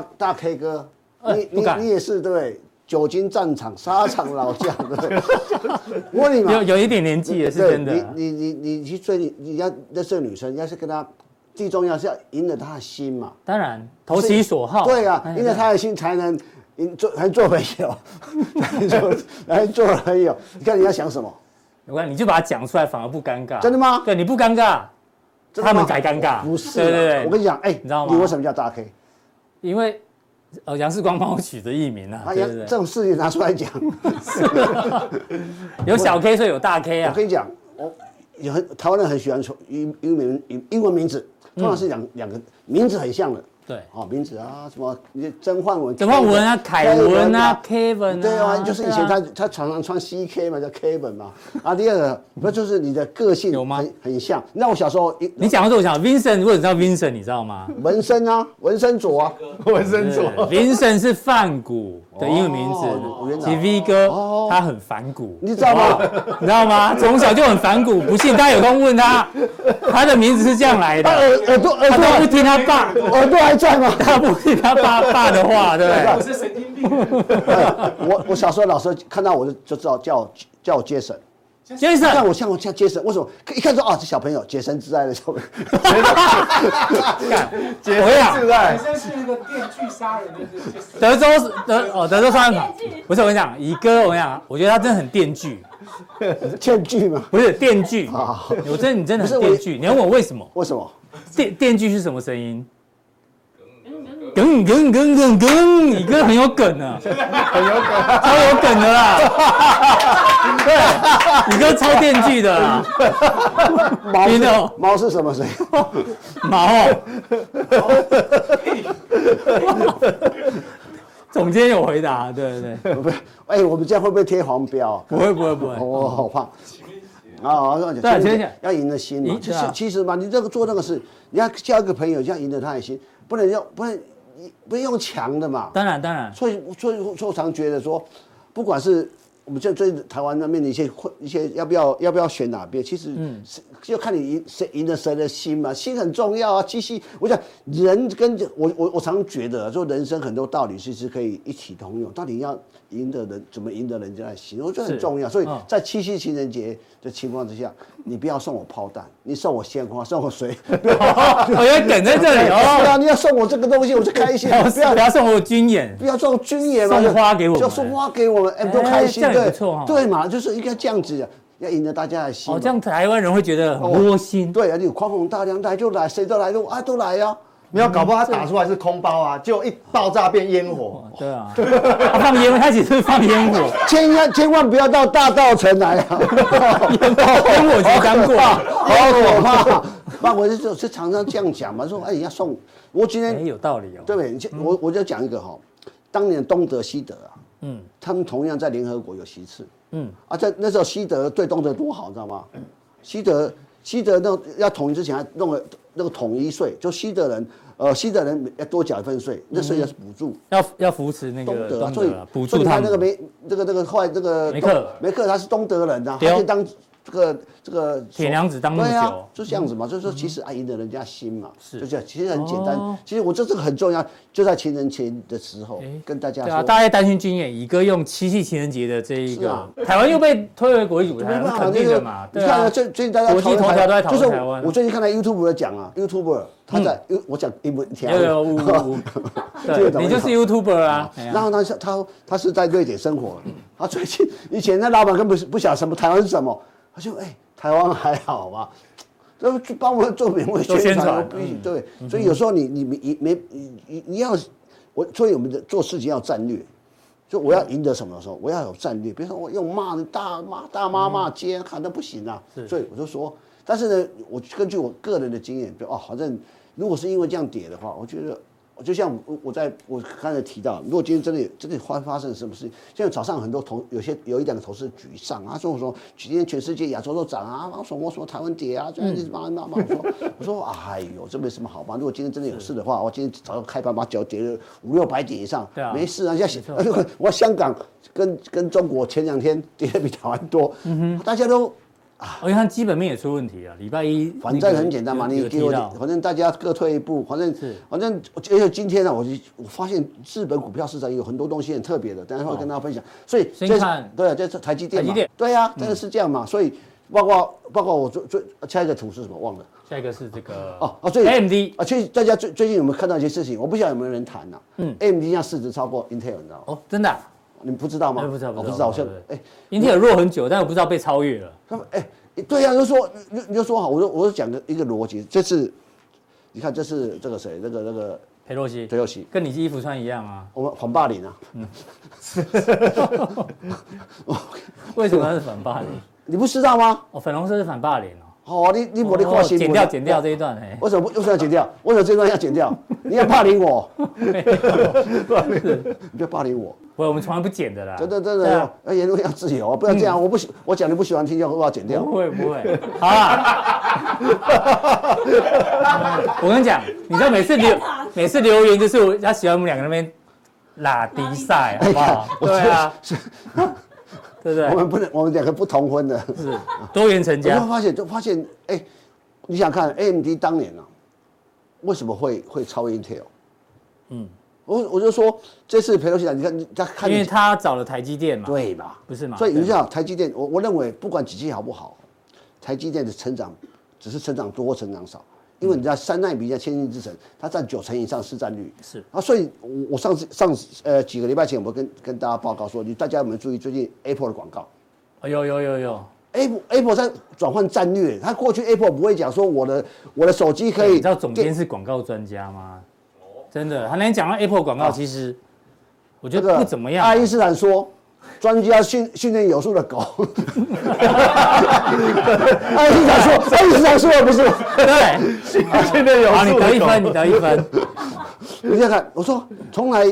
B: 大大 K 哥，
A: 哎
B: 你
A: 不
B: 你
A: 敢
B: 你也是对不对，久经战场沙场老将，对不对？我问你嘛
A: 有，有一点年纪也是
B: 对
A: 真的啊，
B: 你你你你去追你你要认识女生，你要是跟她最重要是要赢了她的心嘛。
A: 当然投其所好。
B: 对啊
A: 哎，
B: 赢了她的心才能赢做才能做朋友，才能做才能做朋友。你看你要想什么？
A: 我看你就把它讲出来，反而不尴尬。
B: 真的吗
A: 对，你不尴尬，
B: 真的
A: 他
B: 吗
A: 们才尴尬。
B: 不是啊，
A: 对对对，
B: 我跟你讲，哎，
A: 你知道吗
B: 你为什么叫大 K？
A: 因为呃杨世光帮我取的艺名啊，
B: 他
A: 对
B: 要
A: 不
B: 这
A: 对？
B: 种事情拿出来讲，
A: 有小 K 所以有大 K
B: 我
A: 啊，
B: 跟你讲，我有很台湾人很喜欢说英英文英英文名字，通常是
A: 嗯
B: 两两个名字很像的。
A: 对，
B: 哦，名字啊，什么曾焕文、
A: 曾焕文啊
B: Kevin
A: 凯文啊 Kevin 啊
B: 对啊，就是以
A: 对
B: 前
A: 啊
B: 他他常常穿 CK 嘛，叫 Kevin 嘛。啊，第二个，那就是你的个性
A: 有吗
B: 很很像。那我小时候，
A: 你讲到这我想 Vincent，如果你知道 Vincent，你知道 吗？
B: 纹身啊，纹身左啊，
D: 纹身
A: 对
D: 左，
A: Vincent 是梵谷的英文名
B: 哦原
A: 字，
B: 来
A: 其实 V 哥
B: 哦
A: 他很反骨，
B: 你知道吗？
A: 你知道吗？从小就很反骨，不信他有空问他，他的名字是这样来
B: 他
A: 的，
B: 耳耳朵耳
A: 他都不
B: 朵
A: 听他爸，
B: 耳朵还在吗？
A: 他不听他爸爸的话， 对不对？
C: 我是神经病人，
B: 我我小时候老师看到我就就知道叫我叫我杰森。像
A: Jason，
B: 我像我像杰森，为什么一看说啊，这小朋友杰森之爱的小朋友，
A: 我跟你讲
D: 是在
C: 本身是一个电锯杀人的这这
A: 德州是德哦，德州双人跑
E: 电锯，
A: 不是我跟你讲，乙哥，我跟你讲，我觉得他真的很电锯，
B: 欠剧嘛？
A: 不是电锯，
B: 啊，
A: 我真的你真的很
B: 不是我
A: 电锯。你要问我为什么？
B: 为什么？
A: 电电锯是什么声音？
E: 嗯
A: 梗梗梗梗梗，乙哥很有梗啊，很有梗，超有梗的啦。对，乙哥超电锯的啦，
B: 毛
A: 你
B: 是
A: 懂
B: 毛是什么谁？
A: 毛哦。总监有回答，对对对，
B: 不是，哎，我们这样会不会贴黄标 啊？
A: 不会不会不会
B: 我。我好怕。啊，我
A: 对啊
B: 姐
A: 其实
B: 要赢得心嘛
A: 你，
B: 其
A: 对
B: 实
A: 啊
B: 其实嘛，你这个做那个事，你要交一个朋友，就要赢得他的心，不能用不能不能用强的嘛。
A: 当然当 然，
B: 所以所以所以我常觉得说，不管是我们现在追台湾那边的一些会一些要不要要不要选哪边，其实
A: 嗯
B: 是就看你赢谁赢了谁的心嘛，心很重要啊。其实我想人跟我我我常觉得啊说人生很多道理其实可以一体通用，到底要赢得人怎么赢得人家的心，我觉得很
A: 是
B: 重要。所以
A: 嗯
B: 在七夕情人节的情况之下，你不要送我炮弹，你送我鲜花，送我水，不要
A: 哦，原来梗在 这里
B: 不
A: 哦。
B: 要你要送我这个东西，我就开心，
A: 不
B: 不要
A: 要不要送我军演，
B: 不要送军爷嘛，
A: 送花给我们
B: 就送花给我们，哎，多开心，
A: 哎这样也
B: 对
A: 不错哈，
B: 对嘛，就是应该这样子，啊要赢得大家的心
A: 哦，
B: 嘛。
A: 这样台湾人会觉得很窝心。
B: 对啊，你有宽宏大量，来就来，谁都来都啊都来呀，
D: 没有，搞不好他打出来是空包啊，就一爆炸变烟火。
B: 哦
A: 对啊，他放烟，他其实是放 烟火，
B: 千万千万不 要到大道城来啊，哦
A: 烟火局当过。
B: 好可怕！那我是是常常这样讲嘛，说哎，人家送我今天
A: 哎，有道理哦。
B: 对不对？你去我我就讲一个哈，当年东德西德啊，
A: 嗯
B: 他们同样在联合国有席次
A: 嗯，
B: 啊，在那时候西德对东德多好，你知道吗？西德西德那要统一之前还弄了那个统一税，就西德人呃西德人要多缴一份税，那
A: 嗯
B: 税要是补助。
A: 要要扶持那
B: 东
A: 个
B: 德啊，
A: 东
B: 所以
A: 德啊，补
B: 所
A: 助
B: 以
A: 他们。
B: 那个梅那个那个后来这个
A: 梅克尔
B: 梅克尔他是东德人啊，
A: 对哦
B: 他就当这个这个
A: 铁娘子当那么
B: 对啊
A: 久，嗯
B: 就这样子嘛，就是说其实啊赢得人家心嘛，
A: 是
B: 就这样，其实很简
A: 哦
B: 单，其实我这这个很重要，就在情人节的时候
A: 哎
B: 跟大家
A: 对啊，
B: 说，
A: 大家担心军演，以哥用七夕情人节的这一
B: 是
A: 个
B: 啊，
A: 台湾又被推回国际舞台，很肯定的嘛。
B: 你
A: 对
B: 看
A: 啊
B: 啊，，最最近大家
A: 国际
B: 讨论
A: 头条都在讨
B: 就
A: 论
B: 是
A: 台湾嗯
B: 我最近看到 YouTube 在讲啊，YouTube 他在，因为我讲英文， 听啊
A: 有有五五，五
B: 这个
A: 对，
B: 懂
A: 啊你就是 YouTuber 啊。哎呀
B: 然后他是他他是在瑞典生活，他最近以前那老板根本不晓得什么台湾是什么，他就哎、台湾还好吧，这就帮我们做免费
A: 做宣
B: 宣传
A: 传，嗯
B: 必须对，所以有时候你你你没你你你要我，所以我们的做事情要战略。就我要赢得什么的时候，我要有战略。比如说，我用骂的大骂大妈骂街喊那不行啊，所以我就说，但是呢，我根据我个人的经验，比如哦，好像如果是因为这样跌的话，我觉得，我就像我我在我刚才提到，如果今天真的有真的发发生什么事情，像早上很多同有些有一两个同事沮丧啊，说我说今天全世界亚洲都涨啊，然后我说台湾跌啊，这样一直骂骂骂，我说我说哎呦，这没什么好吧？如果今天真的有事的话，我今天早上开盘把脚跌了五六百点以上，
A: 对啊
B: 没事啊，现在我香港跟跟中国前两天 跌的比台湾多，
A: 嗯
B: 大家都
A: 我看基本面也出问题啊了，礼拜一
B: 反正很简单嘛，
A: 那个
B: 你
A: 有
B: 给
A: 提
B: 我
A: 到，
B: 反正大家各退一步，反正
A: 是
B: 反正而且今天呢、我就我发现日本股票市场有很多东西很特别的，等一下会跟大家分享。所以
A: 先
B: 这是
A: 看
B: 对啊，这是台积电
A: 哦台
B: 嘛，
A: 积电嗯
B: 对啊，真的是这样嘛，所以包括包括我最最下一个图是什么忘了。
A: 下一个是这个
B: 哦哦，最
A: AMD
B: 啊，最大家最最近有没有看到一些事情？我不晓得有没有人谈呐、
A: 嗯
B: 嗯，AMD 现在市值超过 Intel，你知道吗？
A: 哦，真的啊
B: 你们不知道吗？
A: 哎不知道
B: 我
A: 不
B: 不
A: 知
B: 知
A: 道
B: 道，好像
A: 对
B: 哎，
A: ，Intel 弱很久，但我不知道被超越了。
B: 他们哎、对呀、就说你你就说好，我就我就讲个一个逻辑，这次你看这是这个谁，那个那个
A: 裴洛西
B: 裴洛西，
A: 跟你衣服穿一样啊？
B: 我们反霸凌啊，
A: 为什么他是反霸凌？
B: 你不知道吗？
A: 哦，粉红色是反霸凌哦。
B: 哦，你你我你
A: 哦
B: 看新闻，
A: 剪掉剪掉这一段哎。
B: 为什么不为什么要剪掉？为什么这段要剪掉？你要霸凌我， 你不要霸凌我，
A: 不，我们从来不剪的啦。
B: 真的真
A: 对啊
B: 的，要言论要自由啊，不要这样，我不喜我讲你不喜欢听，要我要剪 掉
A: 不。会不会，好啦。 我跟你讲，你知道每次
B: 哎
A: 留每次留言就是我他喜欢我们两个那边拉低赛，
B: 哎
A: 好不好？对啊， 对不
B: 我
A: 对？
B: 们不能，我们两个不同婚的。
A: 是多元成
B: 你会
A: 家，
B: 发现，就发现，哎、你想看 AMD 当年啊，为什么会会超越
A: 嗯
B: Intel？嗯，我我就说这次裴洛西讲，你看他看
A: 因
B: 你
A: 为他找了台积电嘛，
B: 对吧？
A: 不是嘛
B: 所以
A: 对
B: 你想台积电，我我认为不管几季好不好，台积电的成长只是成长多或成长少，因
A: 嗯
B: 为你知道三纳米在先进制程，它占九成以上市占率。
A: 是
B: 啊，所以我我上次上次呃几个礼拜前，我跟跟大家报告说，你大家有没有注意最近 Apple 的广告？
A: 哦有有有有，
B: Apple Apple 在转换战略，它过去 Apple 不会讲说我的我的手机可以，
A: 你知道总监是广告专家吗？真的，他那天讲到 Apple 广告，其实我觉
B: 这
A: 得
B: 啊个
A: 不怎么样啊
B: 爱。因斯坦说，专家训训练有素的狗。 爱因斯坦说，爱因斯坦说的不 是我。
A: 对，
D: 现在有
A: 好，你
D: 数
A: 得一
D: 狗
A: 分，你得一分。
B: 你想想看，我说从来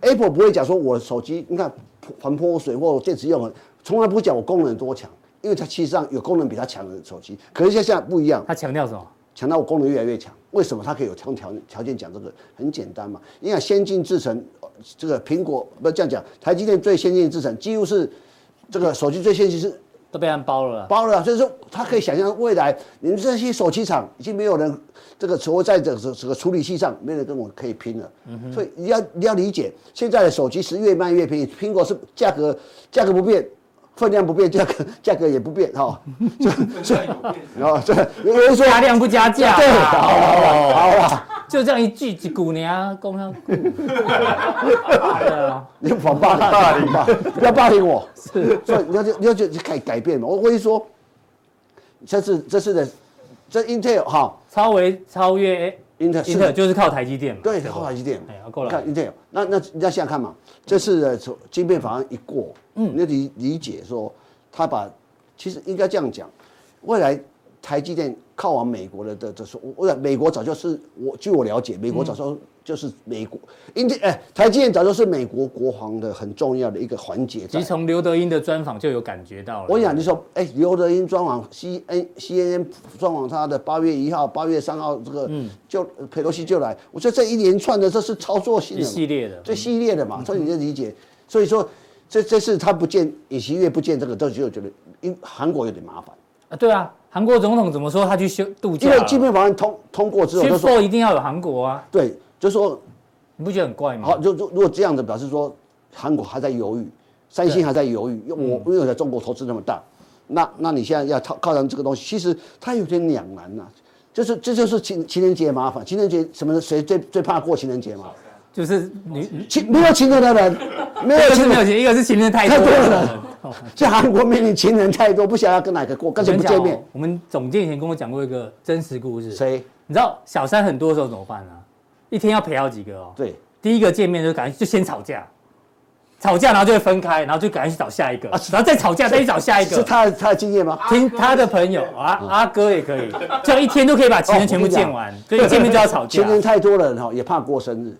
B: Apple 不会讲说我手机，你看环泼水或电池用很，从来不会讲我功能多强，因为它其实上有功能比它强的手机。可是现在不一样，
A: 他强调什么？
B: 强到我功能越来越强。为什么它可以有条条条件讲这个？很简单嘛，因为先进制程，呃这个苹果不这样讲，台积电最先进的制程几乎是这个手机最先进是
A: 都被按包了啦。
B: 包了啊，所以说它可以想象未来你们这些手机厂已经没有人这个所谓在这个这个处理器上没人跟我可以拼了。所以你要你要理解，现在的手机是越卖越便宜，苹果是价格价格不变。分量不变，价格价格也不变哈，就就然后这有 人说
A: 加量不加价啦，
B: 对，好啊好啊，
A: 就这样一句一股娘公他股，对啊，
B: 你反霸凌，霸 凌吧，不 要霸凌我。是，所以你要就你要就改改变嘛。我我一说，这次这次的这 Intel 哈
A: 超为超越
B: Intel 是
A: Intel 就是靠台积电嘛，
B: 对，后来几点？
A: 哎够了
B: 你看 Intel，那那你要想想看嘛，这次的从晶片法案一过，嗯，你就理理解说他把其实应该这样讲，未来台积电靠往美国的的的说，我我美国早就是我据我了解，美
A: 嗯
B: 国早就就是美国，因为哎，台积电早就是美国国防的很重要的一个环节
A: 其
B: 在
A: 实。从刘德英的专访就有感觉到了。
B: 我想你说，哎、刘德英专访 C N C N N 专访他的八月一号、八月三号这个，
A: 嗯
B: 就佩洛西就来，我说这一连串的这是操作性
A: 一
B: 的嘛
A: 系列的，嗯
B: 最系列的嘛，所以你就理解。所以说，这这次他不见尹锡悦不见这个，都就觉得因韩国有点麻烦，
A: 啊，对啊，韩国总统怎么说他去休度假
B: 因
A: 了？
B: 为基本法案通通过之后，
A: 去
B: 他说
A: 一定要有韩国啊，
B: 对，就说
A: 你不觉得很怪吗？
B: 嗯好，就就如果这样子表示说，韩国还在犹豫，三星还在犹豫，因
A: 嗯
B: 为我因为我在中国投资那么大，那那你现在要靠靠上这个东西，其实它有点两难呐、就是这就是情情人节麻烦，情人节什么谁最最怕过情人节嘛？
A: 就是你
B: 情没有情人 的人，没
A: 一
B: 有
A: 个是
B: 情
A: 没有
B: 人，
A: 钱，一个是情人太多
B: 太多了。在韩国面临情人太多，不晓得要跟哪个过，
A: 我
B: 干脆
A: 跟
B: 不
A: 你讲哦
B: 见面。
A: 我们总监以前跟我讲过一个真实故事，
B: 谁？
A: 你知道小三很多的时候怎么办呢、一天要陪好几个哦。
B: 对
A: 第一个见面就赶快就先吵架，吵架然后就会分开，然后就赶快去找下一个，然后再吵架再去找下一
B: 是
A: 个。
B: 他的他的经验吗？
A: 听他的朋友啊，阿哥也可以，这样一天都可以把情人全部见完，所以一见面就要吵架
B: 情。人太多了哈，也怕过生日。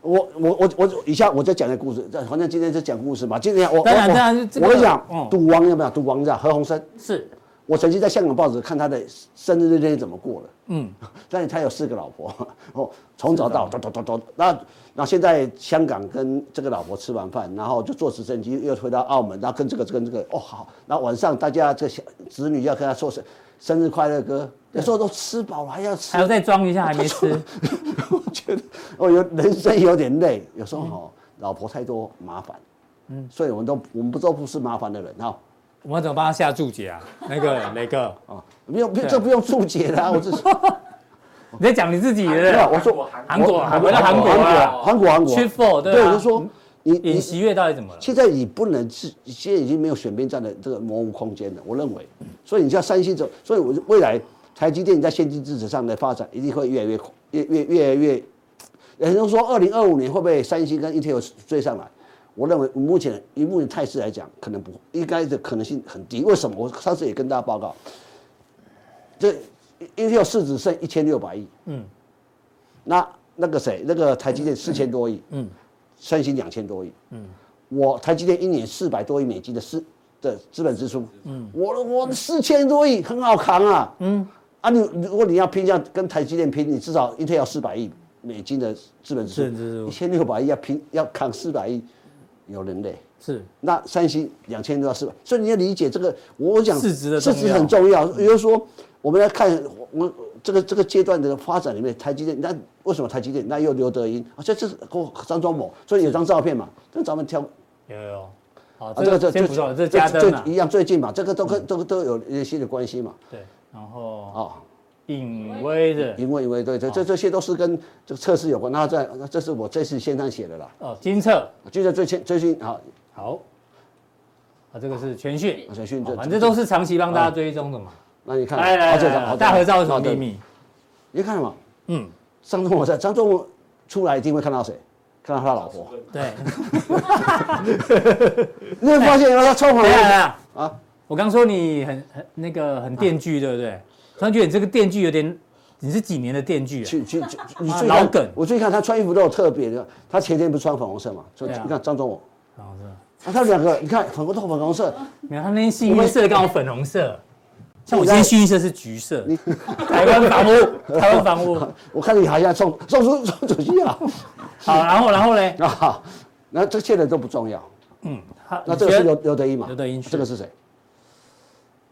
B: 我我我我以下我再讲个故事，反正今天就讲故事嘛。今天我
A: 当然
B: 我
A: 当然这个
B: 我跟你讲
A: 嗯，
B: 赌王有没有？赌王叫何鸿燊。
A: 是，
B: 我曾经在香港报纸看他的生日那天怎么过了，
A: 嗯，
B: 但是他有四个老婆，哦，从早到咚咚咚咚，那那现在香港跟这个老婆吃完饭，然后就坐直升机又回到澳门，然后跟这个跟这个，哦好，然后晚上大家这小子女要跟他说生生日快乐歌，有时候都吃饱了还要吃
A: 还要再装一下，还没吃。
B: 我觉得我有人生有点累，有
A: 嗯
B: 时候哦，老婆太多麻烦，嗯，所以我们都我们不都不是麻烦的人哦哈
A: 我们要怎么帮他下注解啊？那个雷哥，
B: 啊，不用不这不用注解啦，我 只是
A: 你在讲你自己
B: 没有
A: 的
B: 我说
A: 韩国啊，回到韩国
B: 韩
A: 啊，
B: 国韩国韩国
A: 去 for 对
B: 对，
A: 啊
B: 我就说你
A: 尹
B: 你
A: 锡悦到底怎么了？
B: 现在你不能是现在已经没有选边站的这个模糊空间了，我认为，所以你像三星走，所以我就未来台积电在先进制程上的发展一定会越来越越越越来越，有人说二零二五年会不会三星跟 Intel 追上来？我认为目前以目前态势来讲，可能不应该的可能性很低。为什么？我上次也跟大家报告，这 Intel 市值剩一千六百亿，嗯，那那个谁，那个台积电四千多亿，嗯，三星两千多亿，我台积电一年四百多亿美金的资的资本支出，嗯，我我四千多亿很好扛啊，嗯，啊你如果你要拼要跟台积电拼，你至少一天要四百亿美金的资本支
A: 资本支
B: 出，
A: 出
B: 一千六百亿要拼要扛四百亿，有人类。
A: 是
B: 那三星两千多到四百，所以你要理解这个，我讲
A: 市值的
B: 市
A: 重要
B: 值很重要。也就是说，我们来看我我这个这个阶段的发展里面，台积电那为什么台积电那又刘德英，啊，这这是哦张忠谋，所以有张照片嘛，那咱们挑
A: 有有有，好，
B: 啊，
A: 这个
B: 这
A: 先不错，这加
B: 这
A: 灯啊
B: 这，一样最近嘛，这个都跟都都有联系的关系嘛，
A: 对，然后
B: 啊，
A: 隐微的
B: 因为因为对对，这这些都是跟这个测试有关。那在那这是我这次线上写的啦，
A: 哦，金策
B: 就在最近最近啊，
A: 好，啊，这个是全讯，
B: 全讯
A: 哦
B: 这
A: 反正都是长期帮大家追踪的嘛。
B: 那你看，
A: 来
B: 啊
A: 来
B: 这个
A: 来，
B: 好
A: 大合照有什么
B: 好的
A: 秘密？
B: 你看嘛，
A: 嗯，
B: 张忠谋在张忠谋出来一定会看到谁？看到他老婆，
A: 对，
B: 你会发现原来他穿
A: 等一下等一
B: 黄
A: 下，
B: 啊，
A: 我刚说你很很那个很电锯，对不对？突然觉得你这个电锯有点，你是几年的电锯啊？
B: 去去去，你
A: 啊
B: 注意
A: 老
B: 看
A: 梗
B: 我注意看他穿衣服都有特别的，他前天不是穿粉红色嘛？所以
A: 对啊
B: 你看张忠谋，
A: 然后是吧，
B: 啊，他两个你看粉红都粉红色，
A: 没有，他那天幸运色刚好粉红色，像我
B: 你
A: 今
B: 在
A: 天幸运色是橘色。台湾房屋，台湾房屋。
B: 我看你好像送送出送主席啊。
A: 好，然后然后嘞，
B: 啊，那这些人都不重要。
A: 嗯，好
B: 那
A: 你
B: 这个
A: 觉
B: 是
A: 得
B: 刘刘德一嘛？
A: 刘德英是
B: 这个是谁？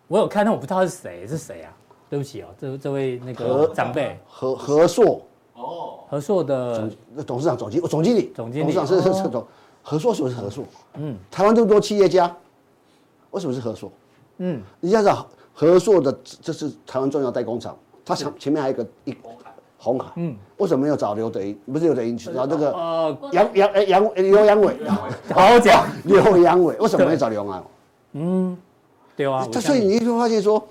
A: 我有看，但我不知道是谁，是谁啊？对不起哦，这这位那个
B: 何
A: 长辈，
B: 何何硕
C: 哦，
A: 和硕的
B: 那董事长、总经总经理、
A: 总经理哦
B: 董事长是是是总何硕，什么是何硕？嗯，台湾这么多企业家，为什么是何硕？
A: 嗯，
B: 你想想，何硕的这是台湾重要代工厂，它前前面还有一个一红海，嗯，为什么没有找刘德英？不是刘德英，找那个
A: 呃，
B: 杨杨哎杨哎刘阳伟，
A: 好好讲，
B: 刘阳伟为什么没找刘阳伟？
A: 对啊，
B: 他
A: 我
B: 所以
A: 相信
B: 你就会发现说，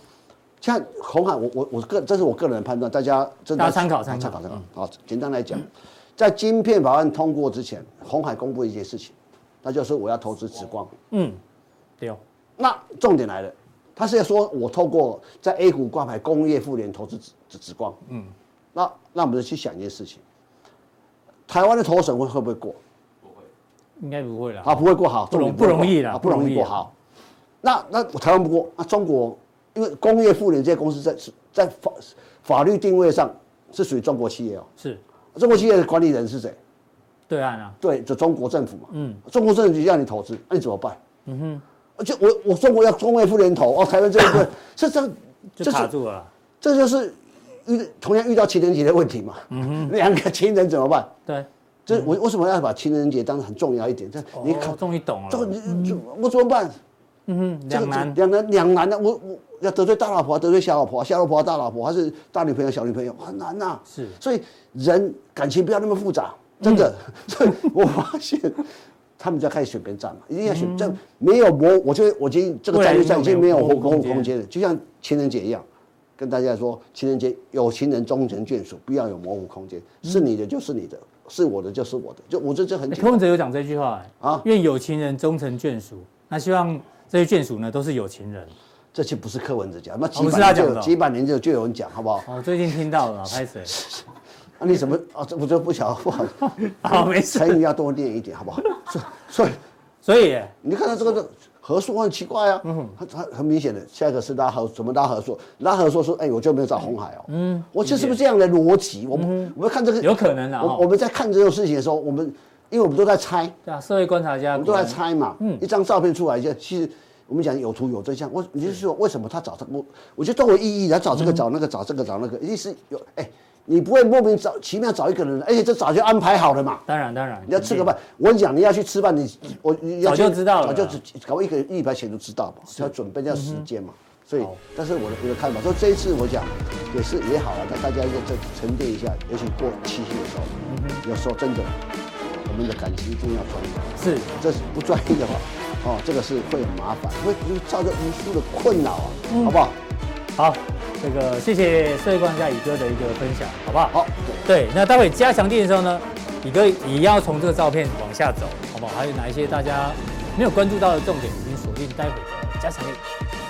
B: 像红海，我我我个这是我个人的判断，大家真的
A: 大家参考参
B: 参
A: 考
B: 考参考。好，简单来讲，在晶片法案通过之前，红海公布一件事情，那就是我要投资紫光。
A: 嗯，对哦，
B: 那重点来了，他是要说我透过在 A 股挂牌工业妇联投资紫紫紫光，嗯，那那我们就去想一件事情，台湾的投审会会不会过？
A: 应该不会啦。
B: 啊，不会过好，
A: 不容
B: 重点会过
A: 不容易啦
B: 啊不容易过
A: 不容易啦
B: 好。那那台湾不过，那中国因为工业妇联这些公司在在法法律定位上是属于中国企业哦，
A: 是
B: 中国企业的管理人是谁？
A: 对岸啊，
B: 对，就中国政府嘛。
A: 嗯
B: 嗯，中国政府让你投资，那你怎么办？嗯哼，就我我中国要工业妇联投哦，台湾这一块 是这样，
A: 就
B: 这
A: 卡
B: 是
A: 住了啦。
B: 这就是遇同样遇到情人节的问题嘛。嗯哼，两个情人怎么办？
A: 对，
B: 这我为什么要把情人节当成很重要一点？这你看
A: 嗯哦，终于懂
B: 这个
A: 了。
B: 你这我怎么办？
A: 嗯哼，
B: 这个
A: 两难。
B: 两难两难的，我我要得罪大老婆，得罪小老婆，小老婆大老婆，还是大女朋友小女朋友，很难呐、
A: 是
B: 所以人感情不要那么复杂，真的。
A: 嗯
B: 所以我发现他们在开始选边站嘛，一定要
A: 嗯
B: 选站，没有模，我觉得我已经这个
A: 未来
B: 战略上已经没有
A: 没有
B: 模糊
A: 模糊空间
B: 空间了，就像情人节一样。跟大家说，情人节有情人终成眷属，不要有模糊空间，
A: 嗯
B: 是你的就是你的，是我的就是我的，就我这这很
A: 欸
B: 简
A: 柯
B: 单
A: 文哲有讲这句话、欸、
B: 啊
A: 愿有情人终成眷属。那希望这些眷属呢都是有情人。
B: 这些不是柯文哲讲，那
A: 哦
B: 几
A: 不是
B: 百
A: 他
B: 年就
A: 讲的
B: 有
A: 哦
B: 几百年就就有人讲，好不好？
A: 哦，最近听到 了，拍谁？
B: 啊，你怎么啊？这我这不晓得不好，
A: 好，哦没事。
B: 成语要多练一点，好不好？所以所以
A: 所以、欸
B: 你看到这个合数很奇怪
A: 嗯
B: 啊，很很很明显的，下一个是拉合，怎么拉合数？拉合数说，哎，我就没有找红海哦，嗯，我这是不是这样的逻辑？我们我们看这个
A: 嗯有可能啊
B: 我
A: 哦
B: 我们在看这种事情的时候，我们因为我们都在猜，
A: 对啊，社会观察家
B: 我们都在
A: 果然
B: 猜嘛，
A: 嗯
B: 一张照片出来就其实。我们讲有图有真相，我你就是说为什么他找他我，我觉得都有意义，他找这个找那个找这个找那个，一定是有哎、你不会莫名找其妙找一个人，而且这早就安排好了嘛，
A: 当然当然，
B: 你要吃个饭，我跟你讲，你要去吃饭，你我你要
A: 嗯
B: 去
A: 早就知道了啦
B: 早就知搞一个一百前就知道嘛，要准备要时间嘛。所以
A: 嗯好，
B: 但是我的我的看法，说这一次我讲也是也好了，啊那大家要再沉淀一下，尤其过七夕的时
A: 嗯
B: 候，有时候真的我们的感情一定要专一，
A: 是
B: 这是不专一的话，哦，这个是会很麻烦，会会造成无数的困扰啊，好不好？
A: 好，这个谢谢社会观察家宇哥的一个分享，好不好？
B: 好，
A: 对，那待会加强电的时候呢，宇哥也要从这个照片往下走，好不好？还有哪一些大家没有关注到的重点，已经锁定待会的加强电。